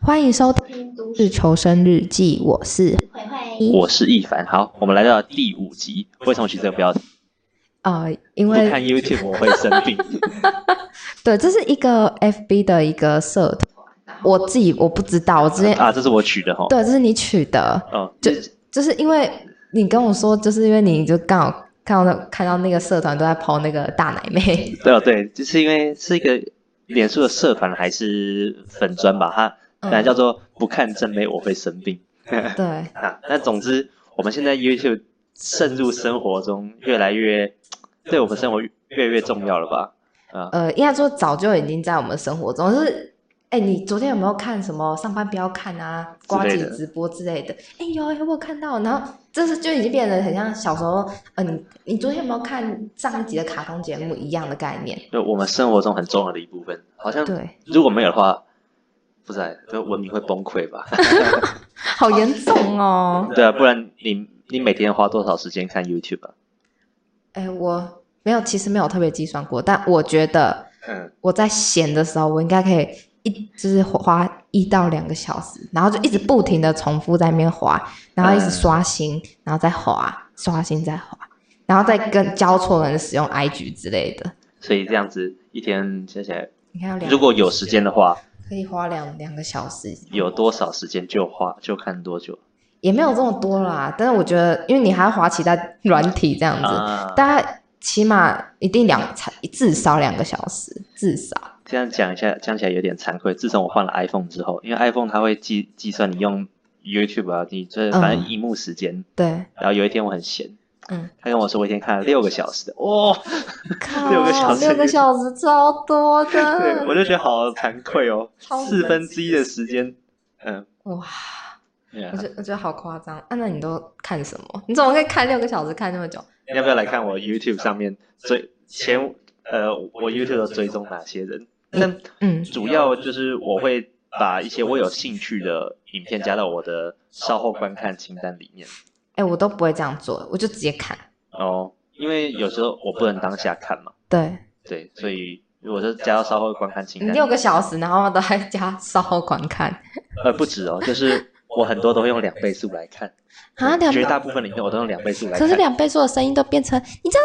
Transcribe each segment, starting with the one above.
欢迎收听《都市求生日记》，我是慧慧，我是一凡。好，我们来到第五集。为什么取这个标题？呃，因不为看 YouTube 我会生 病。对，这是一个 FB 的一个社团，我自己我不知道，我之前、啊，这是我取的哈。对，这是你取的，嗯，就就是因为你跟我说，就是因为你就刚好看到那看到那个社团都在抛那个大奶 妹，对哦对，就是因为是一个脸书的社团还是粉砖吧，它嗯本来叫做“不看正妹我会生病对”啊。那总之，我们现在 YouTube 渗入生活中，越来越对我们生活越来越重要了吧？呃，应该说早就已经在我们生活中，就是哎、你昨天有没有看什么上班不要看啊，瓜之类姐的直播之类的？哎、有有我有看到，然后这是就已经变得很像小时候，嗯、你你昨天有没有看上一集的卡通节目一样的概念？就我们生活中很重要的一部分，好像对，如果没有的话，不知道就文明会崩溃吧？好严重哦！对啊，不然你你每天花多少时间看 YouTube 啊？哎、我没有，其实没有特别计算过，但我觉得嗯，我在闲的时候，我应该可以一就是花一到两个小时，然后就一直不停的重复在那边滑，然后嗯一直刷新，然后再滑，刷新再滑，然后再跟嗯交错人使用 IG 之类的。所以这样子一天加起来，你看有两，如果有时间的话，可以花两两个小时，有多少时间就花就看多久也没有这么多啦。但是我觉得，因为你还要滑其他软体这样子，啊？大概起码一定两至少两个小时，至少。这样讲一下，讲起来有点惭愧。自从我换了 iPhone 之后，因为 iPhone 它会计计算你用 YouTube 啊，你就是反正荧幕时间。对，然后有一天我很闲，嗯，他跟我说我一天看了六个小时的，哦，靠， 六个小时六个小时超多 对，我的，就觉得好惭愧哦，超四分之一的时间，嗯，哇！对啊我觉得我觉得好夸张。啊，那你都看什么？你怎么可以看六个小时看那么久？你要不要来看我 YouTube 上面追前呃，我 YouTube 都追踪哪些人？但嗯，主要就是我会把一些我有兴趣的影片加到我的稍后观看清单里面哎、我都不会这样做，我就直接看。哦，因为有时候我不能当下看嘛，对，对，所以我就加到稍后观看清你单。六个小时，然后都还加稍后观看呃，不止哦，就是我很多都会用两倍速来看，啊，两绝大部分的影片我都用两倍速来可看是，两倍速的声音都变成你知道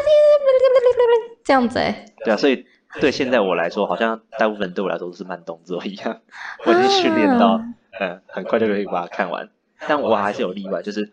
这这样子哎、对啊，所以。对现在我来说，好像大部分对我来说都是慢动作一样，我已经训练到啊嗯，很快就可以把它看完。但我还是有例外，就是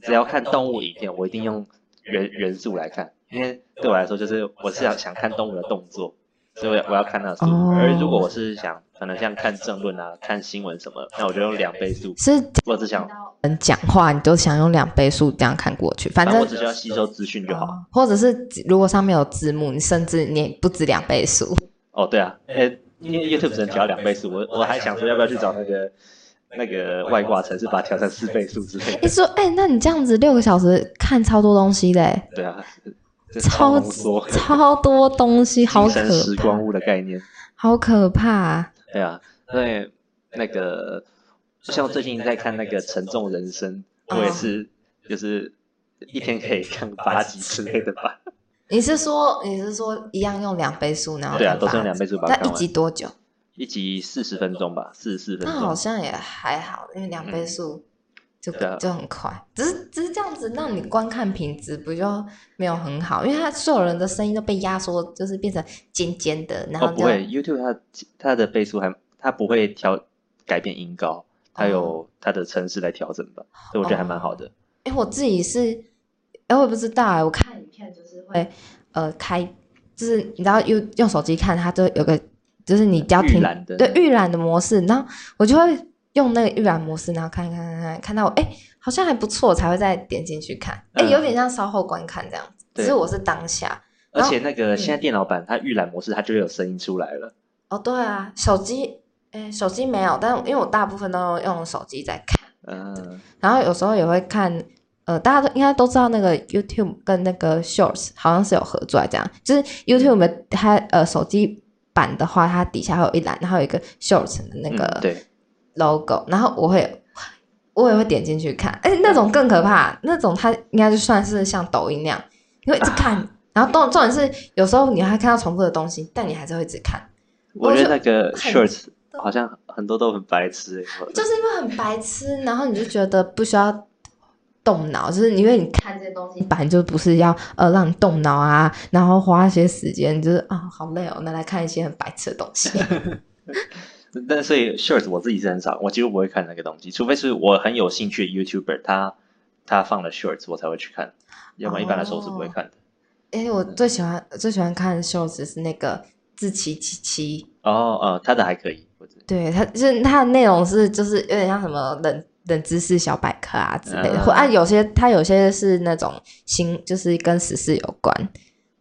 只要看动物影片，我一定用元元素来看，因为对我来说，就是我是想想看动物的动作，所以我要我要看那个速度。哦而如果我是想可能像看政论啊、看新闻什么，那我就用两倍速。是我只想，人讲话，你都想用两倍速这样看过去，反反正正我只需要吸收资讯就好。哦或者是如果上面有字幕，你甚至你也不止两倍速。哦，对啊，呃、因为 YouTube 只能调两倍速，我我还想说要不要去找那个那个外挂程式，把它调成四倍速之类你的。说，哎、那你这样子六个小时看超多东西嘞、对啊，这超浓缩。 超多东西，好精可神时光怕，屋的概 念。好可怕。对啊，那那个像我最近在看那个《沉重人生》，我也是，就是一天可以看八集之类的吧。你是说你是说一样用两倍速，然后对啊，再都是把用两倍速把那它看一完集。多久？一集四十分钟吧，四十四分那好钟。像也还好，因为两倍速就、对啊就很快，只是只是这样子，让你观看品质不就没有很好？因为他所有人的声音都被压缩，就是变成尖尖的，然后哦，就不会，YouTube 它它的倍速还它不会调改变音高，它有哦它的程式来调整吧，所以我觉得还蛮好的。哎、我自己是，哎、我也不知道哎、我看影片就是会，呃，开，就是你知道用用手机看，它就有个，就是你只要预停，览的对预览的模式，然后我就会用那个预览模式，然后看看看看，看到哎、好像还不错，才会再点进去看，哎、嗯有点像稍后观看这样子，只对是我是当下。而然后且那个现在电脑版它预览模式它就会有声音出来了。哦，对啊，手机，哎、手机没有，但因为我大部分都用手机在看。嗯，然后有时候也会看，呃，大家都应该都知道那个 YouTube 跟那个 Shorts 好像是有合作，这样就是 YouTube 嗯的它呃手机版的话，它底下会有一栏，然后有一个 Shorts 的那嗯个对， logo，、然后我会我也会点进去看，哎，那种更可怕，那种它应该就算是像抖音那样，你会一直看， 然后重重点是有时候你还看到重复的东西，但你还是会一直看，我我觉就得那个哦很 shorts 好像很多都很白痴、欸，我就是因为很白痴，然后你就觉得不需要动脑，就是因为你看这些东西，本来就不是要呃让你动脑啊，然后花一些时间，就是啊好累哦，那来看一些很白痴的东西。 但所以 shorts 我自己是很少，我几乎不会看那个东西，除非是我很有兴趣的 YouTuber 他他放了 shorts 我才会去看，要不然一般来说我是不会看的。哎、我最喜欢最喜欢看 shorts 是那个自欺欺欺。哦，呃，他的还可以，我觉得对，它就是它的内容是就是有点像什么冷冷知识小百科啊之类的，或、嗯啊有些它有些是那种新，就是跟时事有关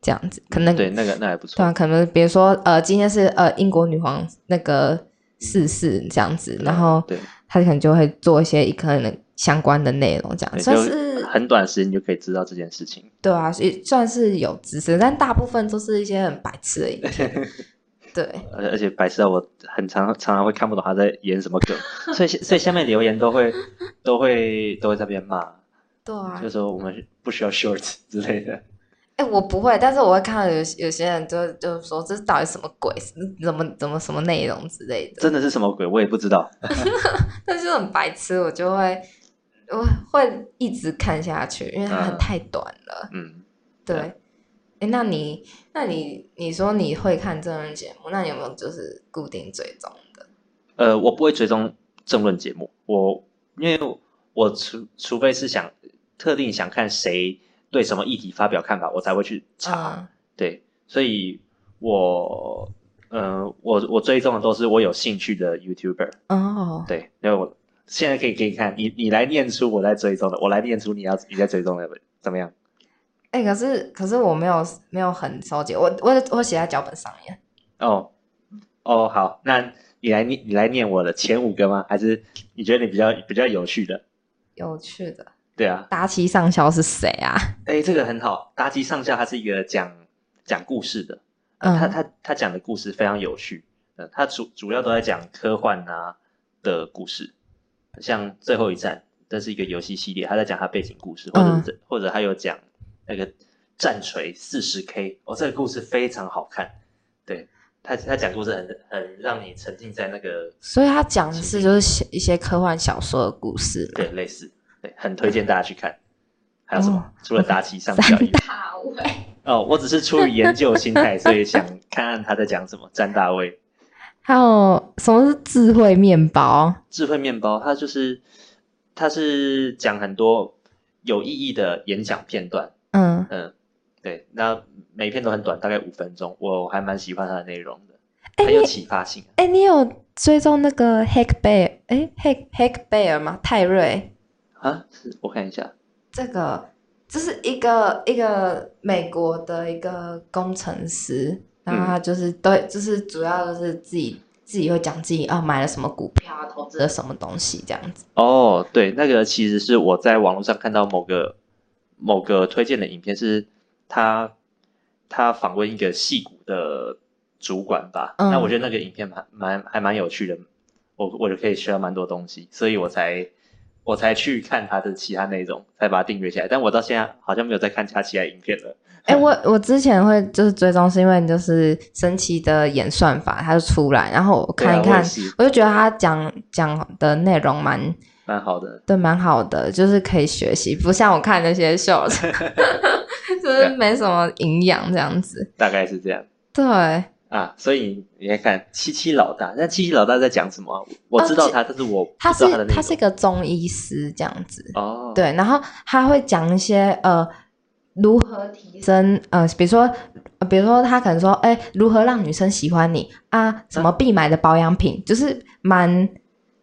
这样子，可能对那个那还不错对啊，。可能比如说呃今天是呃英国女皇那个逝世这样子，然后对，他可能就会做一些可能相关的内容这样，对啊算就是很短时间你就可以知道这件事情。对啊，也算是有知识，但大部分都是一些很白痴的影片， 对。而且而且白痴到我很常常常会看不懂他在演什么 梗，所以所以下面留言都会都会都会在那边骂，对啊，就说我们不需要 short 之类的。哎、我不会，但是我会看到有有些人就就说这到底什么鬼，怎么怎么什么内容之类的，真的是什么鬼我也不知道。但是很白痴，我就会我会一直看下去，因为它嗯很太短了。嗯，对，对哎、那你那你你说你会看真人节目，那你有没有就是固定追踪的？呃，我不会追踪政论节目，我因为我除除非是想特定想看谁对什么议题发表看法，我才会去查。嗯对，所以我呃，我我追踪的都是我有兴趣的 YouTuber。哦，对，因为我现在可以给你看，你你来念出我在追踪的，我来念出你要你在追踪的怎么样？哎、可是可是我没有没有很收集，我我我写在脚本上面。哦哦，好，那你来念你来念我的前五个吗？还是你觉得你比较比较有趣的？有趣的，对啊，达奇上校是谁啊？哎，这个很好，达吉上校他是一个讲讲故事的，呃嗯他他他讲的故事非常有趣，呃，他主主要都在讲科幻啊的故事，像最后一战，这是一个游戏系列，他在讲他背景故事，或者嗯是、或者还有讲那个战锤四十 K，哦，这个故事非常好看，对他他讲故事很很让你沉浸在那个所以他讲的是就是写一些科幻小说的故事嘛。对类似，对，很推荐大家去看。还有什么？哦除了达奇上校三以外。大位，哦，我只是出于研究心态，所以想看看他在讲什么。詹大卫还有什么是智慧面包？智慧面包，他就是他是讲很多有意义的演讲片段，嗯，嗯，对，那每一片都很短，大概五分钟，我还蛮喜欢他的内容的，哎很有启发性、啊。哎、你有追踪那个 Hack Bear？哎、h a c k Hack Bear 吗？泰瑞啊，是我看一下，这个，这是一个一个美国的一个工程师，然后他就是、对，就是主要就是自己自己会讲自己啊买了什么股票啊，投资了什么东西这样子。哦，对，那个其实是我在网络上看到某个某个推荐的影片，是他他访问一个戏骨的主管吧。嗯那我觉得那个影片蛮蛮还蛮有趣的，我我就可以学到蛮多东西，所以我才我才去看他的其他内容，才把它订阅起来。但我到现在好像没有再看他其他影片了。哎、我我之前会就是追踪，是因为就是神奇的演算法，它就出来，然后我对看啊一我看，也是我就觉得他讲讲的内容蛮蛮好的。对，蛮好的，就是可以学习，不像我看那些 short，就是没什么营养这样子。大概是这样对，啊。所以你来看七七老大，那七七老大在讲什么啊？我哦知道七他，但是我不他知道他的是内他是一容。个中医师这样子，哦，对，然后他会讲一些呃如何提升呃，比如说。呃比如说，他可能说：“哎、如何让女生喜欢你啊？什么必买的保养品，就是蛮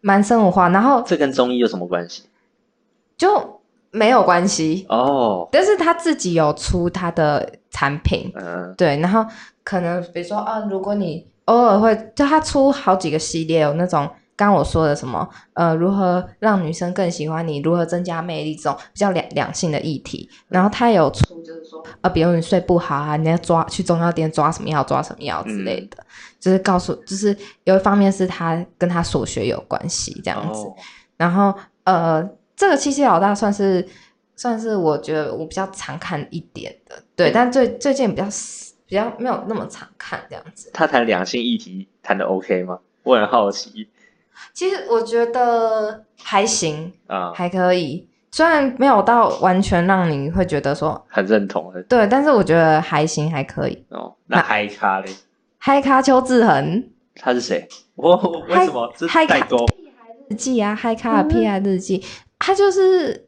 蛮生活化，然后这跟中医有什么关系？就没有关系。哦，但是他自己有出他的产品，嗯，对，然后可能比如说，啊，如果你偶尔会，就他出好几个系列，有哦那种刚刚我说的什么，呃，如何让女生更喜欢你，如何增加魅力这种比较两两性的议题，然后他有出就是说，呃，比如你睡不好啊，你要抓去中药店抓什么药，抓什么药之类的，就是告诉，就是有一方面是他跟他所学有关系这样子，哦，然后呃，这个七七老大算是算是我觉得我比较常看一点的，对，嗯但最最近比较 s- 比较没有那么常看这样子。他谈两性议题谈的 OK 吗？我很好奇其实我觉得还行，啊、还可以，虽然没有到完全让你会觉得说很认同的对，但是我觉得还行，还可以。哦。那那嗨咖嘞，嗨咖邱志恒他是谁？我我为什么这嗨代沟？日记啊，嗨咖的 P.I. 日记，他就是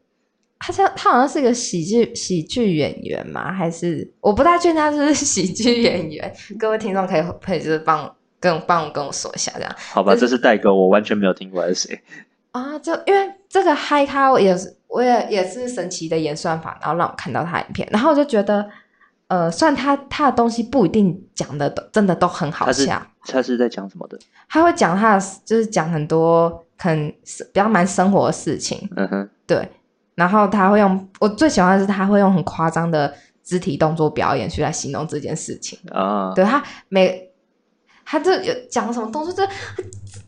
他像他好像是个喜剧喜剧演员嘛，还是我不太确定他是不是喜剧演员。各位听众可以可以就是帮我跟帮我跟我说一下这样。好吧，这是代沟，我完全没有听过他是谁。啊，就因为这个嗨咖，我也是，我也也是神奇的演算法，然后让我看到他的影片，然后我就觉得，呃，虽然他他的东西不一定讲的都真的都很好他是笑，他是在讲什么的？他会讲他的就是讲很多可能是比较蛮生活的事情，嗯哼，对，然后他会用我最喜欢的是他会用很夸张的肢体动作表演去来形容这件事情，啊，对他每他就有讲什么动作，这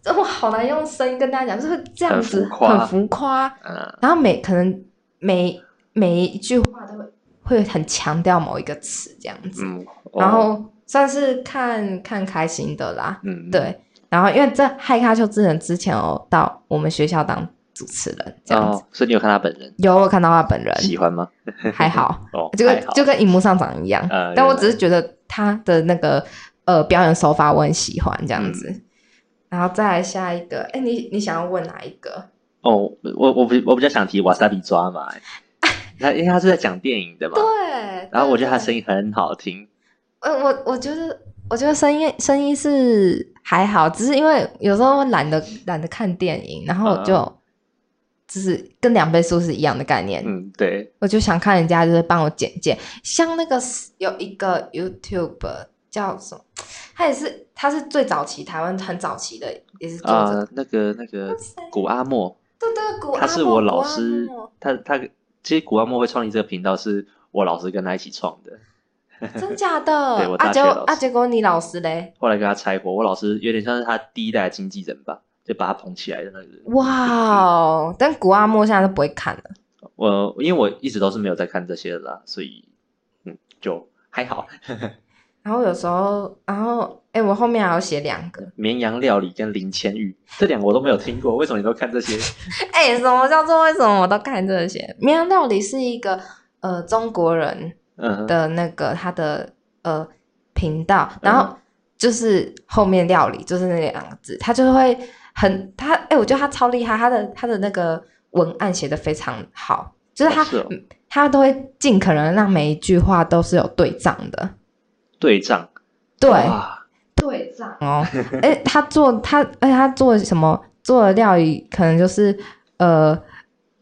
这我好难用声音跟大家讲，就是这样很子浮夸很浮夸嗯，然后每可能每每一句话都会会很强调某一个词这样子，嗯，然哦，后算是看看开心的啦，嗯，，对。然后因为这嗨咖秀之人之前有到我们学校当主持人这样子，哦，所以你有看他本人，有我看到他本人，喜欢吗？还好，哦，就还跟好就跟荧幕上长一样，呃但我原来只是觉得他的那个呃表演手法我很喜欢这样子。然后再来下一个，哎，你你想要问哪一个？哦，我我比我比较想提瓦萨比抓马、 欸，他因为他是在讲电影的嘛，对，然后我觉得他对声音很好听，呃，我我觉得，我觉得声音声音是还好，只是因为有时候懒得懒得看电影，然后啊就、就是跟两倍速是一样的概念，嗯，对，我就想看人家就是帮我剪辑，像那个有一个 YouTube 叫什么，他也是他是最早期台湾很早期的，也是做啊、这个，那个那个谁古阿莫，嗯对对，古他阿是莫我古老阿师莫，他他其实古阿莫会创立这个频道，是我老师跟他一起创的，真假 对的我？啊，大结学果老啊，师结果你老师嘞？后来跟他拆伙，我老师有点像是他第一代的经纪人吧，就把他捧起来的那个人。哇哦！但古阿莫现在都不会看了。我因为我一直都是没有在看这些的啦，所以嗯，就还好。然后有时候，然后哎、诶我后面还要写两个。绵羊料理跟林千玉这两个我都没有听过，为什么你都看这些？哎、什么叫做为什么我都看这些？绵羊料理是一个呃中国人嗯哼，的那个他的呃频道，然嗯后就是后面料理就是那两个字，他就会很他哎、我觉得他超厉害，他的他的那个文案写的非常好，就是他、哦是哦嗯他都会尽可能让每一句话都是有对仗的，对仗，对。哇对账哦。 哎、他做他，哎、他做什么？做的料理可能就是呃，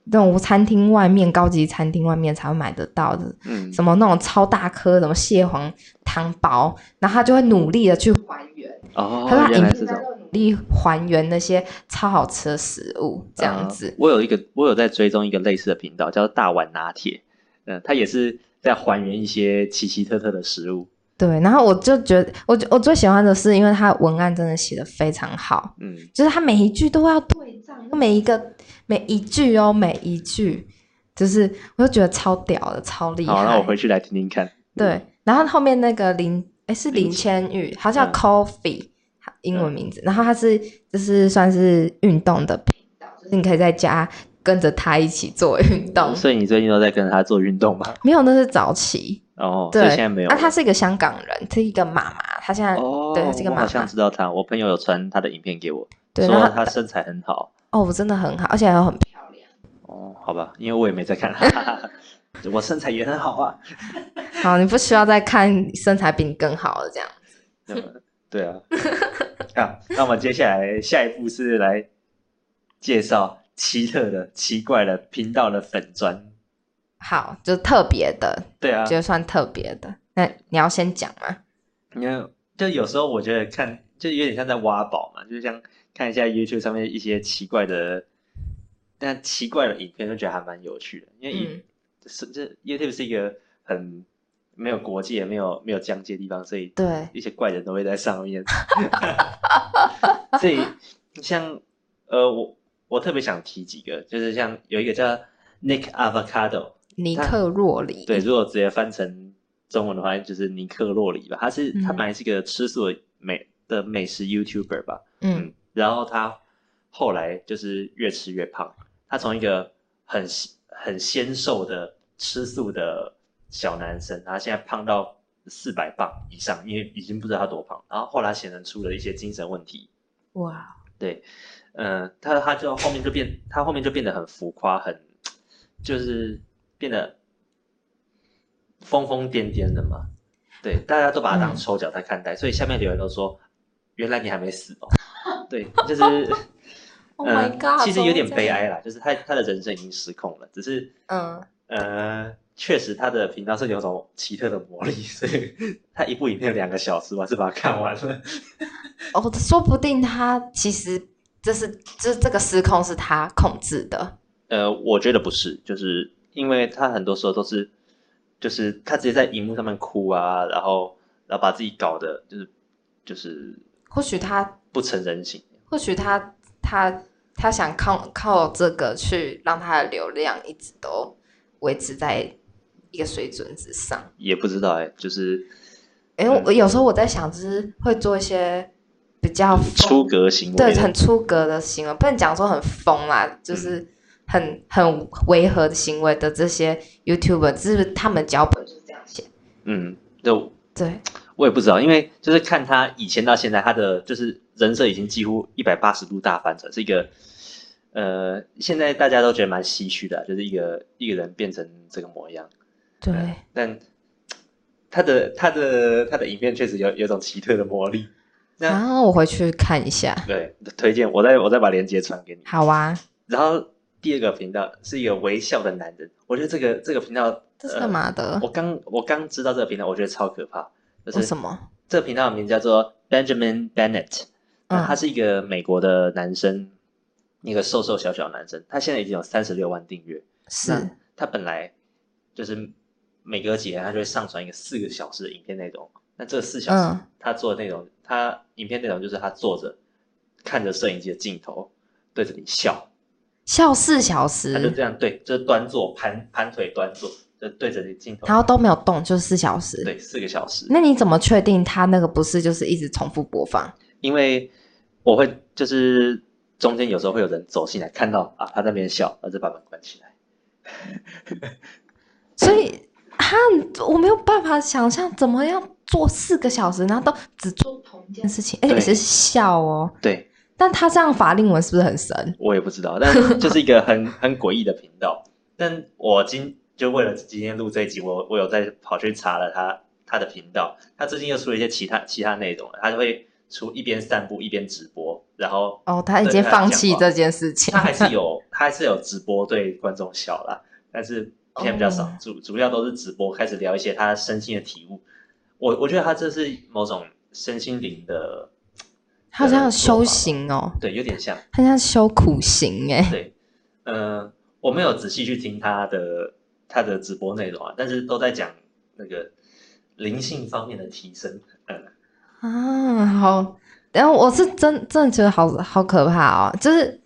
那种餐厅外面、高级餐厅外面才会买得到的，嗯，什么那种超大颗，什么蟹黄汤包，然后他就会努力的去还原，哦他说，他原来影是这片种努力还原那些超好吃的食物，这样呃子。我有一个，我有在追踪一个类似的频道，叫大碗拿铁，嗯，它也是在还原一些奇奇特特的食物，对，然后我就觉得，我我最喜欢的是，因为他文案真的写的非常好，嗯，就是他每一句都要对仗，每一个每一句哦，每一句，就是我就觉得超屌的，超厉害。好，那我回去来听听看，对，然后后面那个林，哎是林林千玉，好像嗯 Coffee、英文名字，然后他是就是算是运动的频道，就是你可以在家跟着他一起做运动。所以你最近都在跟着他做运动吗？ 没有，那是早期。哦，所对，以现在没有了。啊，他是一个香港人，是一个妈妈，她现在、哦，对这个我妈好像妈，知道他，我朋友有传他的影片给我，对，说然后他身材很好。哦，真的很好，而且还很漂亮。哦，好吧，因为我也没在看，哈哈 哈 我身材也很好啊。好，你不需要再看身材比你更好的这样。那么对啊，啊，那我们接下来下一步是来介绍奇特的、奇怪的频道的粉砖。好，就特别的，对啊，就算特别的。那你要先讲吗？你看，就有时候我觉得看，就有点像在挖宝嘛，就是像看一下 YouTube 上面一些奇怪的，但奇怪的影片，就觉得还蛮有趣的，因为一嗯，是这 YouTube 是一个很没有国界、没有没有疆界的地方，所以对，一些怪人都会在上 面。所以像呃，我我特别想提几个，就是像有一个叫 Nick Avocado，尼他克洛里，对，如果直接翻成中文的话，就是尼克洛里吧。他是他嗯本来是一个吃素的美的美食 YouTuber 吧，嗯，然后他后来就是越吃越胖，他从一个很纤很纤瘦的吃素的小男生，他现在胖到四百磅以上，因为已经不知道他多胖。然后后来显然出了一些精神问题，哇，对，嗯，他他就后面就变，他后面就变得很浮夸，很就是变得疯疯癫癫的嘛。对，大家都把他嗯当丑角在看待，所以下面留言都说：“原来你还没死 哦。”对，就是 Oh 呃 my god，其实有点怎么会悲这样哀啦，就是他他的人生已经失控了，只是嗯，呃，确实他的频道是有种奇特的魔力，所以 他一部影片两个小时，我还是把它看完了。哦，说不定他其实这是这这个失控是他控制的，呃，我觉得不是，就是因为他很多时候都是，就是他直接在荧幕上面哭啊，然后然后把自己搞得就是就是或许他不成人形。或许他他他想靠靠这个去让他的流量一直都维持在一个水准之上。也不知道哎、就是因为我有时候我在想，就是会做一些比较疯出嗯格行为，对很出格的行为，不能讲说很疯啦，就是很很违和的行为的这些 YouTuber，是不是他们脚本就是这样写？嗯，就对，我也不知道，因为就是看他以前到现在，他的就是人设已经几乎一百八十度大反转，是一个呃，现在大家都觉得蛮唏嘘的啊、就是一个一个人变成这个模样。对，但他的他的他的影片确实有有种奇特的魔力。那然啊后我回去看一下，对，推荐我再我再把链接传给你。好啊，然后第二个频道是一个微笑的男人，我觉得这个这个频道这是干嘛的呃？我刚我刚知道这个频道，我觉得超可怕。就为是哦什么？这个频道的名字叫做 Benjamin Bennett，、嗯那他是一个美国的男生，一个瘦瘦小小的男生，他现在已经有三十六万订阅。是，他本来就是每隔几天他就会上传一个四个小时的影片内容。那这四小时嗯他做的内容，他影片内容就是他坐着看着摄影机的镜头，对着你笑，笑四小他就这时，样对，就是端坐盘盘腿端坐，就对着你镜头然，后都没有动，就四小时。对，四个小时。那你怎么确定他那个不是就是一直重复播放？因为我会就是中间有时候会有人走进来，看到啊他在那边笑，然后就把门关起来。所以哈，我没有办法想象怎么样做四个小时，然后都只做同一件事情，而且对是笑哦。对但他这样法令纹是不是很神？我也不知道，但就是一个很 很诡异的频道。但我今就为了今天录这一集，我我有在跑去查了他他的频道，他最近又出了一些其他其他内容了，他就会出一边散步一边直播，然后哦，他已对经他放讲弃话这件事情他。还是有他还是有直播对观众笑啦，但是现在比较少哦，主主要都是直播开始聊一些他身心的体悟。我我觉得他这是某种身心灵的，他好像呃修，行哦，做法对，有点像。他像修苦行哎。对，呃，我没有仔细去听他的他的直播内容啊，但是都在讲那个灵性方面的提升。嗯，啊，好，然后我是真真的觉得好好可怕哦，就是，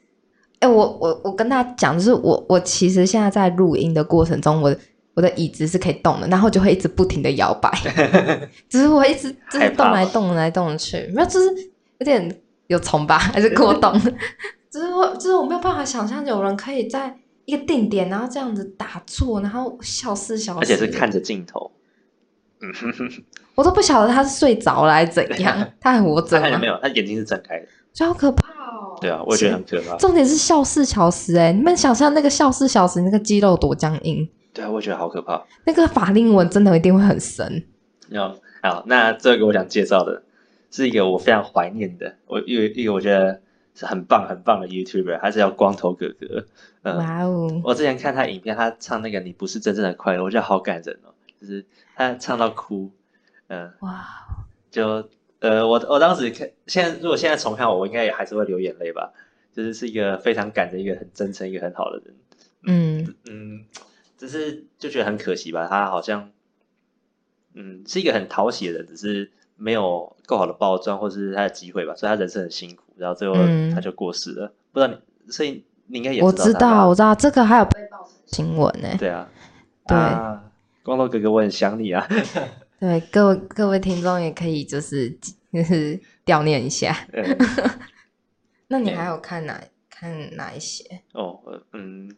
哎，我我我跟大家讲，就是我我其实现在在录音的过程中，我我的椅子是可以动的，然后就会一直不停的摇 摆，只是我会一直就是害动怕哦来吗动来动去，没有，就是有点有虫吧，还是过动， 就是我就是我没有办法想象有人可以在一个定点，然后这样子打坐，然后笑四小时，而且是看着镜头，我都不晓得他是睡着了还是怎样，他还活着啊他看见吗没？有？他眼睛是睁开的。就好可怕哦。对啊，我也觉得很可怕。重点是笑四小时、欸，哎，你们想象那个笑四小时，那个肌肉多僵硬，对啊，我也觉得好可怕。那个法令纹真的一定会很深。然后，好，那这个我想介绍的是一个我非常怀念的，我一个一个我觉得是很棒很棒的 YouTuber，他是叫光头哥哥。嗯，哇哦，我之前看他影片，他唱那个“你不是真正的快乐”，我觉得好感人哦，就是他唱到哭，嗯，哇，就呃，我我当时看，现在如果现在重看我，我应该也还是会流眼泪吧，就是是一个非常感人、一个很真诚、一个很好的人，嗯，嗯，只是就觉得很可惜吧，他好像，嗯，是一个很讨喜的人，只是没有够好的包装或是他的机会吧，所以他人生很辛苦，然后最后嗯他就过世了，不知道你，所以你应该也我知知道他吧道，我知道，这个还有被爆成新闻呢、对啊，对啊光头哥哥，我很想你啊。 对，各位各位听众也可以就是就是悼念一下。呃那你对还有看哪看哪一些？哦，呃嗯，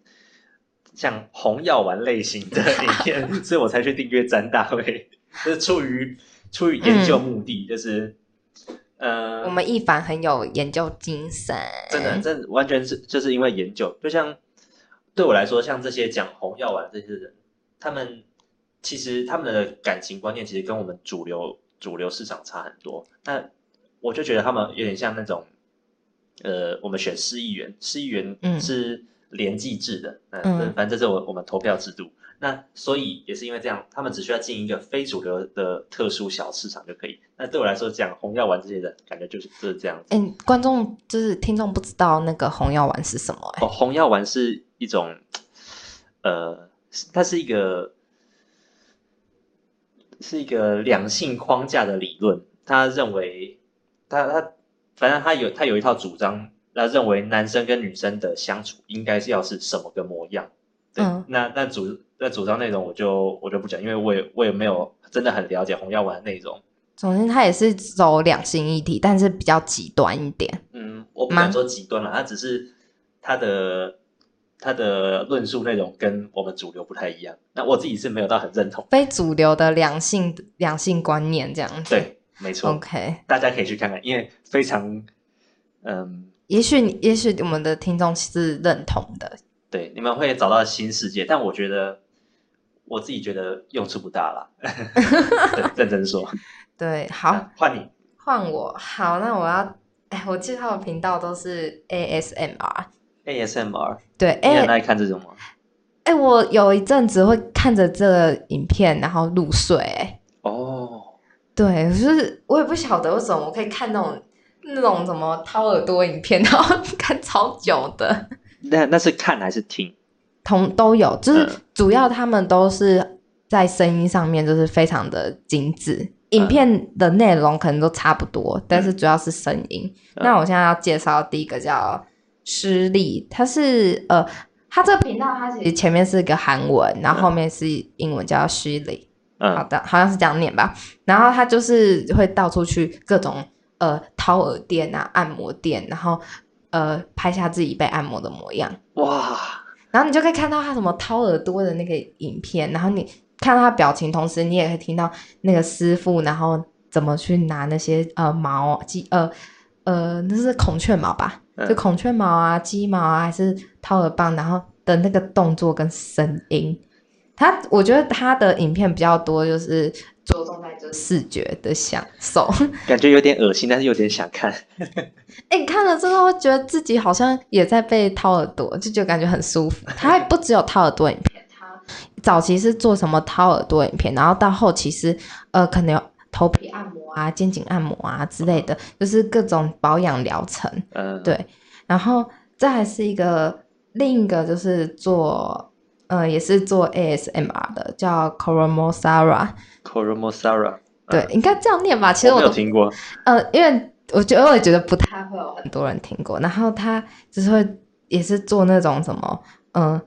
像红药丸类型 的影片，所以我才去订阅詹大卫， 就是出于出于研究目的，就是嗯呃，我们一凡很有研究精神，真的，这完全是就是因为研究，就像对我来说，像这些讲红药丸这些人，他们其实他们的感情观念其实跟我们主流主流市场差很多。那我就觉得他们有点像那种，呃，我们选市议员，市议员嗯是联季制的，嗯嗯，这反正这是我我们投票制度。那所以也是因为这样，他们只需要进一个非主流的特殊小市场就可以。那对我来说，讲红药丸这些人，感觉就是就是这样子。嗯，观众就是听众不知道那个红药丸是什么、欸，哦，红药丸是一种，呃，是它是一个是一个两性框架的理论。他认为，他他反正他有他有一套主张，他认为男生跟女生的相处应该是要是什么个模样。对，嗯那那主那主张内容我就我就不讲，因为我也我也没有真的很了解红药丸的内容。总之它也是走两性议题，但是比较极端一点。嗯，我不吗敢说极端了，他只是他的他的论述内容跟我们主流不太一样。那我自己是没有到很认同，非主流的两性两性观念这样子。 对，没错， ，OK。大家可以去看看，因为非常嗯，也许你也许我们的听众是认同的，对，你们会找到新世界，但我觉得我自己觉得用处不 大啦。 对认真说，对，好，那换你，换我，好，那我要，哎，我介绍的频道都是 ASMR， ASMR，对，你很哎爱看这种吗？哎，我有一阵子会看着这个影片然后入睡，哎哦，对，就是我也不晓得为什么我可以看那种那种什么掏耳朵影片，然后看超久的。那那是看还是听？同都有，就是嗯主要他们都是在声音上面就是非常的精致，影片的内容可能都差不多，但是主要是声音。嗯那我现在要介绍第一个叫失利，它是呃，它这个频道它其实前面是一个韩文，然后后面是英文叫失利，好嗯，的，好像是这样念吧。然后他就是会到处去各种呃掏耳店啊、按摩店，然后呃拍下自己被按摩的模样。哇，然后你就可以看到他什么掏耳朵的那个影片，然后你看到他表情，同时你也可以听到那个师傅，然后怎么去拿那些呃毛鸡呃呃那是孔雀毛吧，嗯就孔雀毛啊、鸡毛啊，还是掏耳棒，然后的那个动作跟声音。他我觉得他的影片比较多，就是着重在就是视觉的享受。感觉有点恶心，但是有点想看。哎、你看了之后会觉得自己好像也在被掏耳朵，就就感觉很舒服。它不只有掏耳朵影片，它早期是做什么掏耳朵影片，然后到后期是呃可能有头皮按摩啊、肩颈按摩啊之类的，就是各种保养疗程。嗯，对然后这还是一个另一个就是做呃也是做 ASMR 的，叫 Koromosara， ，Koromosara，对，应该这样念吧？其实嗯我我没有都听过。呃，因为我觉得我也觉得不太会有很多人听过，然后他就是会也是做那种什么，嗯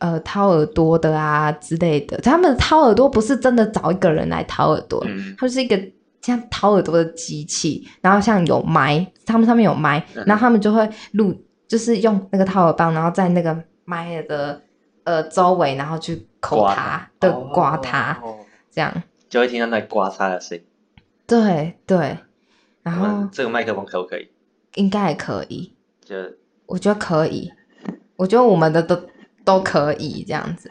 呃掏耳朵的啊之类的。他们掏耳朵不是真的找一个人来掏耳朵，嗯，它就是一个像掏耳朵的机器，然后像有麦，他们上面有麦嗯哼，然后他们就会录，就是用那个掏耳棒，然后在那个麦的呃周围，然后去抠刮它，对，刮它，哦这样，就会听到那刮擦的声音。对对，然我们后这个麦克风可不可以？呃应该也可以。就我觉得可以，我觉得我们的都都可以这样子。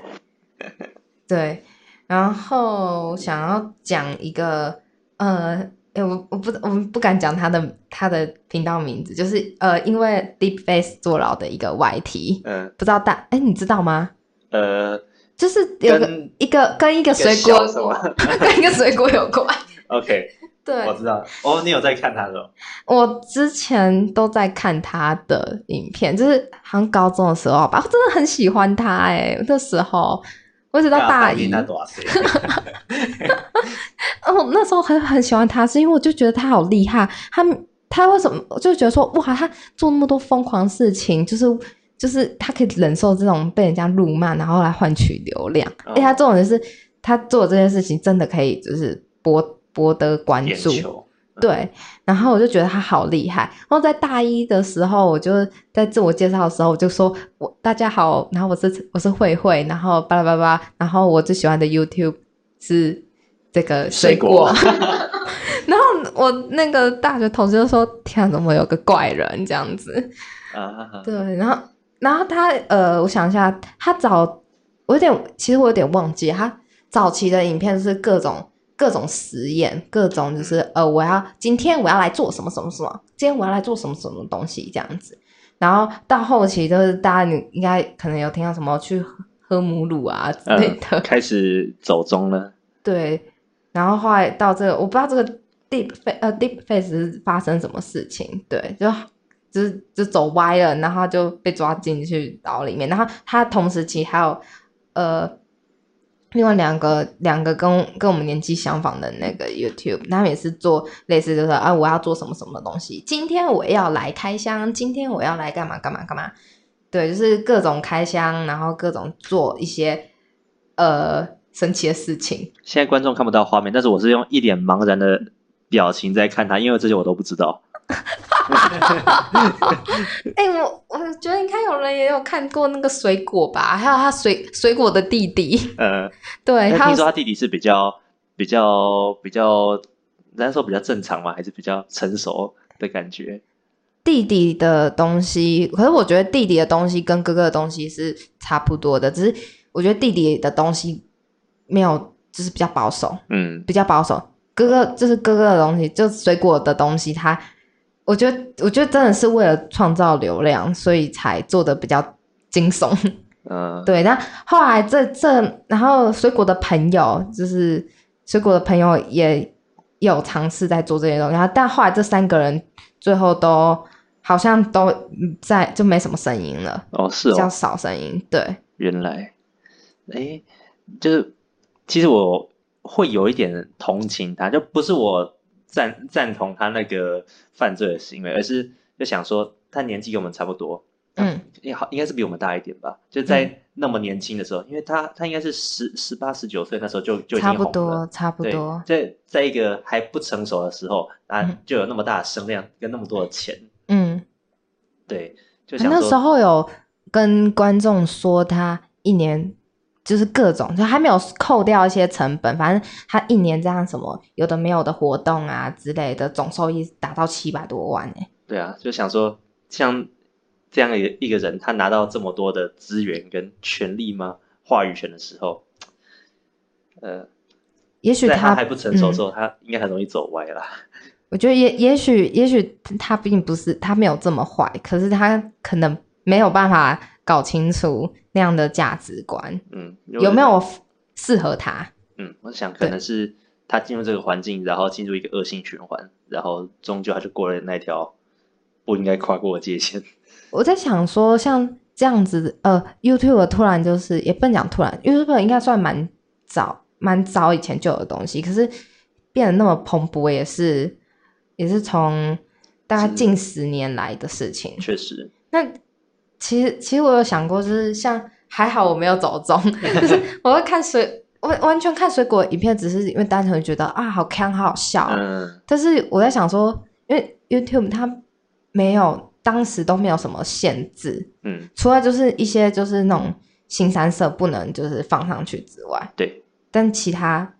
对，然后想要讲一个呃，诶我我不我们不敢讲他的他的频道名字，就是呃，因为 Deepface 坐牢的一个 YT，嗯不知道大哎，你知道吗？呃，就是有个跟一个跟一个一个水小果什么 跟一个水果有关， ？OK，对我，知道。哦，你有在看他的哦？我之前都在看他的影片，就是好像高中的时候吧，我真的很喜欢他哎、那时候我一直到大一，那哦，多少岁？我哦那时候很很喜欢他，是因为我就觉得他好厉害，他他为什么我就觉得说哇，他做那么多疯狂事情，就是。就是他可以忍受这种被人家辱骂，然后来换取流量。嗯而且他这种人是，他做这件事情真的可以，就是博博得关眼 注。球对，然后我就觉得他好厉害。然后在大一的时候，我就在自我介绍的时候，我就说我大家好，然后我是我是慧慧，然后巴拉巴拉，然后我最喜欢的 YouTube 是这个水果。 水然后我那个大学同学就说：“天啊，怎么有个怪人这样子？”啊，对，然后然后他呃，我想一下，他早我有点，其实我有点忘记他早期的影片是各种各种实验，各种就是呃，我要今天我要来做什么什么什么，今天我要来做什么什么东西这样子。然后到后期就是大家你应该可能有听到什么去喝喝母乳啊之类嗯的，，开始走中了，对，然后后来到这个，我不知道这个 deep face 呃 deep face 是发生什么事情，对，就就是就走歪了，然后他就被抓进去牢里面，然后他同时期还有呃另外两个两个跟跟我们年纪相仿的那个 YouTube，他们也是做类似就是啊我要做什么什么东西，今天我要来开箱，今天我要来干嘛干嘛干嘛，对，就是各种开箱，然后各种做一些呃神奇的事情。现在观众看不到画面，但是我是用一脸茫然的表情在看他，因为这些我都不知道。哎、我我觉得应该有人也有看过那个水果吧，还有他水水果的弟弟， 呃，对，哎但他听说他弟弟是比较比较比较，人家说比较正常嘛，还是比较成熟的感觉。弟弟的东西，可是我觉得弟弟的东西跟哥哥的东西是差不多的，只是我觉得弟弟的东西没有，就是比较保守，嗯，比较保守。哥哥就是哥哥的东西，就水果的东西他，我觉得我觉得真的是为了创造流量，所以才做的比较惊悚。嗯、对，但后来这这，然后水果的朋友就是水果的朋友也有尝试在做这些东西，然后但后来这三个人最后都好像都在就没什么声音了，哦，是比哦啊较，少声音。对，原来，哎，就是其实我会有一点同情他，就不是我赞赞同他那个犯罪的行为，而是就想说他年纪跟我们差不多，嗯，也好应该是比我们大一点吧，就在嗯那么年轻的时候，因为他他应该是十十八十九岁那时候就就已经差红了不多，差不对多，。在在一个还不成熟的时候，啊嗯，就有那么大的声量跟那么多的钱，嗯，对，就他想啊那时说，候有跟观众说他一年。就是各种，就还没有扣掉一些成本，反正他一年这样什么有的没有的活动啊之类的，总收益达到七百多万呢、欸对啊，就想说，像这样一个一个人，他拿到这么多的资源跟权利吗？话语权的时候，呃，也许在他他嗯还不成熟的时候，他应该很容易走歪啦。我觉得也也许也许他并不是他没有这么坏，可是他可能没有办法搞清楚那样的价值观嗯，有没？有适合他。嗯，我想可能是他进入这个环境，然后进入一个恶性循环，然后终究他就过了那条不应该跨过的界 限。我在想说，像这样子，呃，YouTube 突然就是也不能讲突然，YouTube 应该算蛮早蛮早以前就有的东西，可是变得那么蓬勃，也是也是从大概是近十年来的事情。确实，那其实其实我有想过，就是像还好我没有走中， 就是我会看水，完完全看水果影片，只是因为单纯觉得啊好看好好笑。嗯，但是我在想说，因为 YouTube 它没有当时都没有什么限制，嗯，除了就是一些就是那种新三色不能就是放上去之外，对，但其他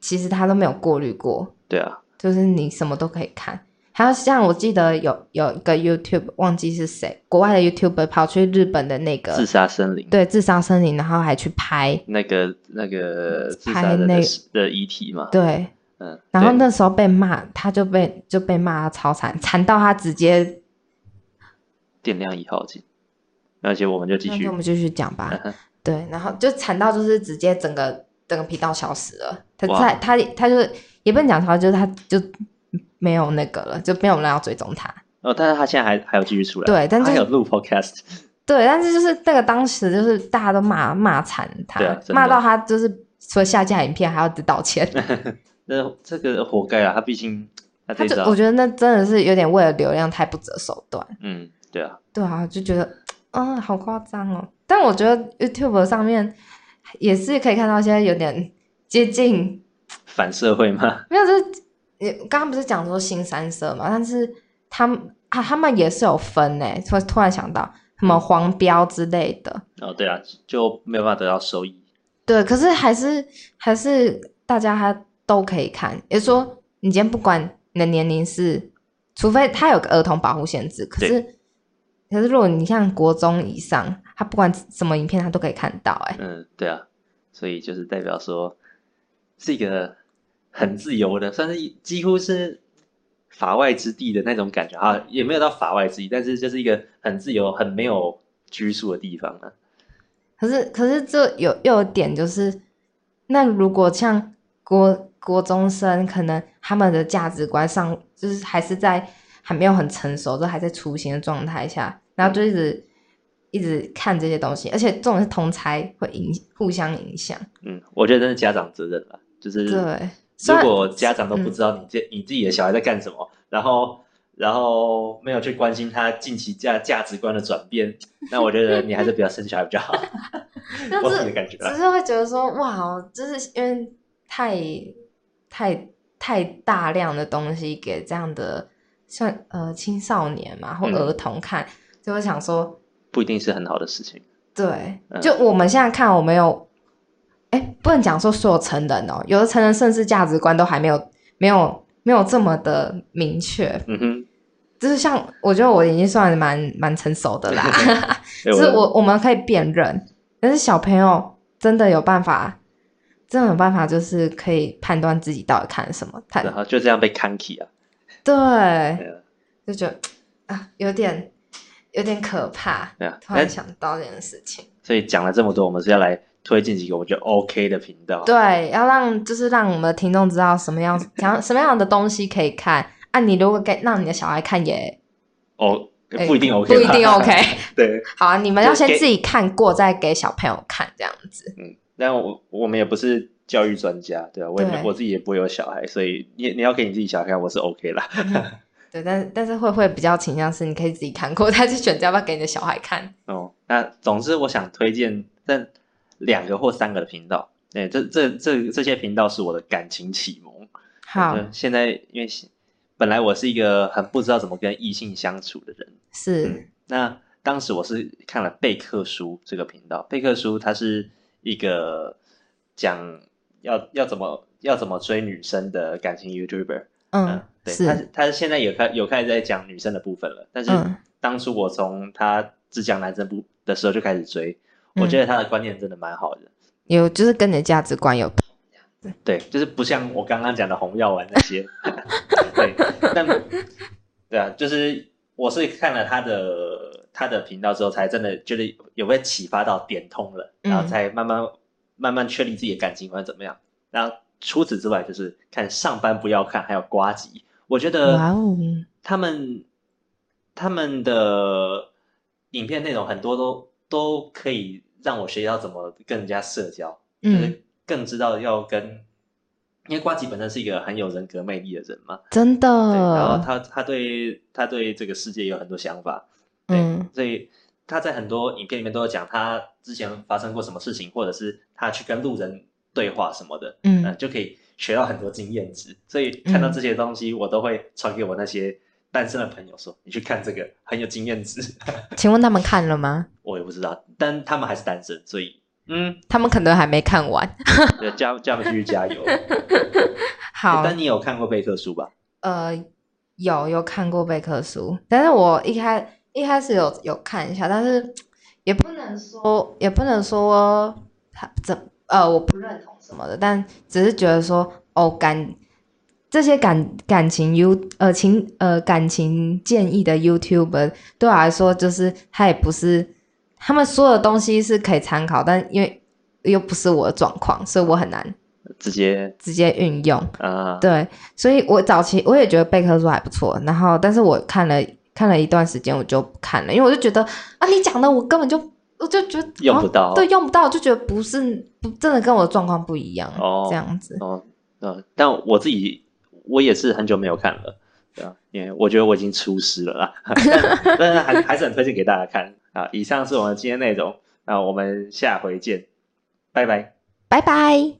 其实它都没有过滤过，对啊，就是你什么都可以看。还有像我记得有有一个 YouTube 忘记是谁，国外的 YouTuber 跑去日本的那个自杀森林，对自杀森林，然后还去拍，那个那个自拍杀人那的尸的遗体嘛，对，嗯，然后对？那时候被骂，他就被就被骂得超惨，惨到他直接，电量已耗尽，而且我们就继那续我，们继续讲吧嗯，哼对，然后就惨到就是直接整个整个频道消失了，他哇他他他就也不能讲他，就是他就没有那个了，就没有人要追踪他，哦，但是他现在还还有继续出来，对但他就还是有录 podcast，对，但是就是那个当时就是大家都骂骂惨他，对啊真的骂到他就是除了下架影片还要道 歉，那这个活该啊，他毕竟他这他一就招我，觉得那真的是有点为了流量太不择手段。嗯，对啊，对啊，就觉得嗯，好夸张哦。但我觉得 YouTube 上面也是可以看到现在有点接近，反社会嘛， 没有就是你刚刚不是讲说新三色嘛？但是他们啊，他们也是有分诶、突突然想到什么黄标之类的，哦，对啊，就没有办法得到收益。对，可是还是还是大家他都可以看，也就是说你今天不管你的年龄是，除非他有个儿童保护限制，可是可是如果你像国中以上，他不管什么影片他都可以看到、欸，哎，嗯，对啊，所以就是代表说是一个很自由的，算是一几乎是法外之地的那种感觉啊，也没有到法外之地，但是就是一个很自由、很没有拘束的地方啊。可是可是这有又有点就是，那如果像国国中生，可能他们的价值观上就是还是在还没有很成熟，都还在雏形的状态下，然后就一直一直看这些东西，而且这种是同才会影互相影响，嗯，我觉得真是家长责任吧，就是对。虽嗯如然嗯果家长都不知道你这、你自己的小孩在干什么，然后然后没有去关心他近期价价值观的转变， 那我觉得你还是不要生小孩比较好。但我是自己的感觉啊只是啦，会觉得说，哇，哦就是因为太太太大量的东西给这样的像呃青少年嘛或嗯儿童看，就会想说，不一定是很好的事情。对，嗯就我们现在看，我没有，哎，不能讲说所有成人哦，有的成人甚至价值观都还没有没有没有这么的明确，嗯哼， 就是像我觉得我已经算蛮蛮成熟的啦。 所以就是我我们可以辨认，但是小朋友真的有办法，真的有办法，就是可以判断自己到底看什么。他然后就这样被看起啊，对，对啊就觉得啊，有点有点可怕。对啊。突那然想到这件事情，所以讲了这么多，我们是要来推荐几个我觉得 OK 的频道。对，要让就是让我们的听众知道什么样想什么样的东西可以看。啊，你如果给让你的小孩看也哦，哎不一定 OK，不一定吧 OK。 对，好啊，你们要就先给自己看过，再给小朋友看这样子。嗯，但我我们也不是教育专家，对啊吧、我也没对我自己也不会有小孩，所以你你要给你自己小孩看，我是 OK 啦。对，但是但是会会比较倾向是你可以自己看过，再 去选择要不要给你的小孩看。哦，那总之我想推荐这两个或三个的频道。对，这这这这些频道是我的感情启蒙。好，就现在因为现本来我是一个很不知道怎么跟异性相处的人，是那当时我是看了贝克书这个频道，贝克书它是一个讲要要怎么要怎么追女生的感情 YouTuber。嗯嗯，对，他是是他现在有开有开始在讲女生的部分了，但是嗯当初我从他只讲男生部的时候就开始追，嗯我觉得他的观念真的蛮好的，有就是跟你的价值观有对，就是不像我刚刚讲的红药丸那些， 对，但对啊，就是我是看了他的他的频道之后，才真的觉得有被启发到点通了，嗯然后才慢慢慢慢确立自己的感情观怎么样。然后除此之外，就是看上班不要看，还有瓜吉，我觉得哇哦他们他们的影片内容很多都都可以让我学到怎么跟人家社交。就嗯，是更知道要跟，因为瓜吉本身是一个很有人格魅力的人嘛，真对，然后的，他他对他对这个世界有很多想法，对，嗯所以他在很多影片里面都有讲他之前发生过什么事情，或者是他去跟路人对话什么的，嗯、嗯，就可以学到很多经验值。所以看到这些东西，我都会传给我那些单身的朋友说，你去看这个很有经验值。 请问他们看了吗？我也不知道，但他们还是单身，所以嗯，他们可能还没看完。对加加油继续加油。 好，但你有看过贝克书吧？呃，有有看过贝克书，但是我一开一开始有有看一下，但是也不能说也不能说他怎呃我不认同什么的，但只是觉得说哦感这些感感情 U 呃情呃感情建议的 YouTube 对我来说，就是他也不是他们所有的东西是可以参考，但因为又不是我的状况，所以我很难直接直接运用。啊，对，所以我早期我也觉得贝克书还不错，然后但是我看了看了一段时间我就不看了，因为我就觉得啊，你讲的我根本就我就觉得用不到啊对，用不到，就觉得不是不真的跟我的状况不一样，哦这样子，哦，嗯，但我自己我也是很久没有看了，对啊，因为我觉得我已经出师了啦， 但但是还还是很推荐给大家看啊。以上是我们今天内容，那我们下回见，拜拜。拜拜。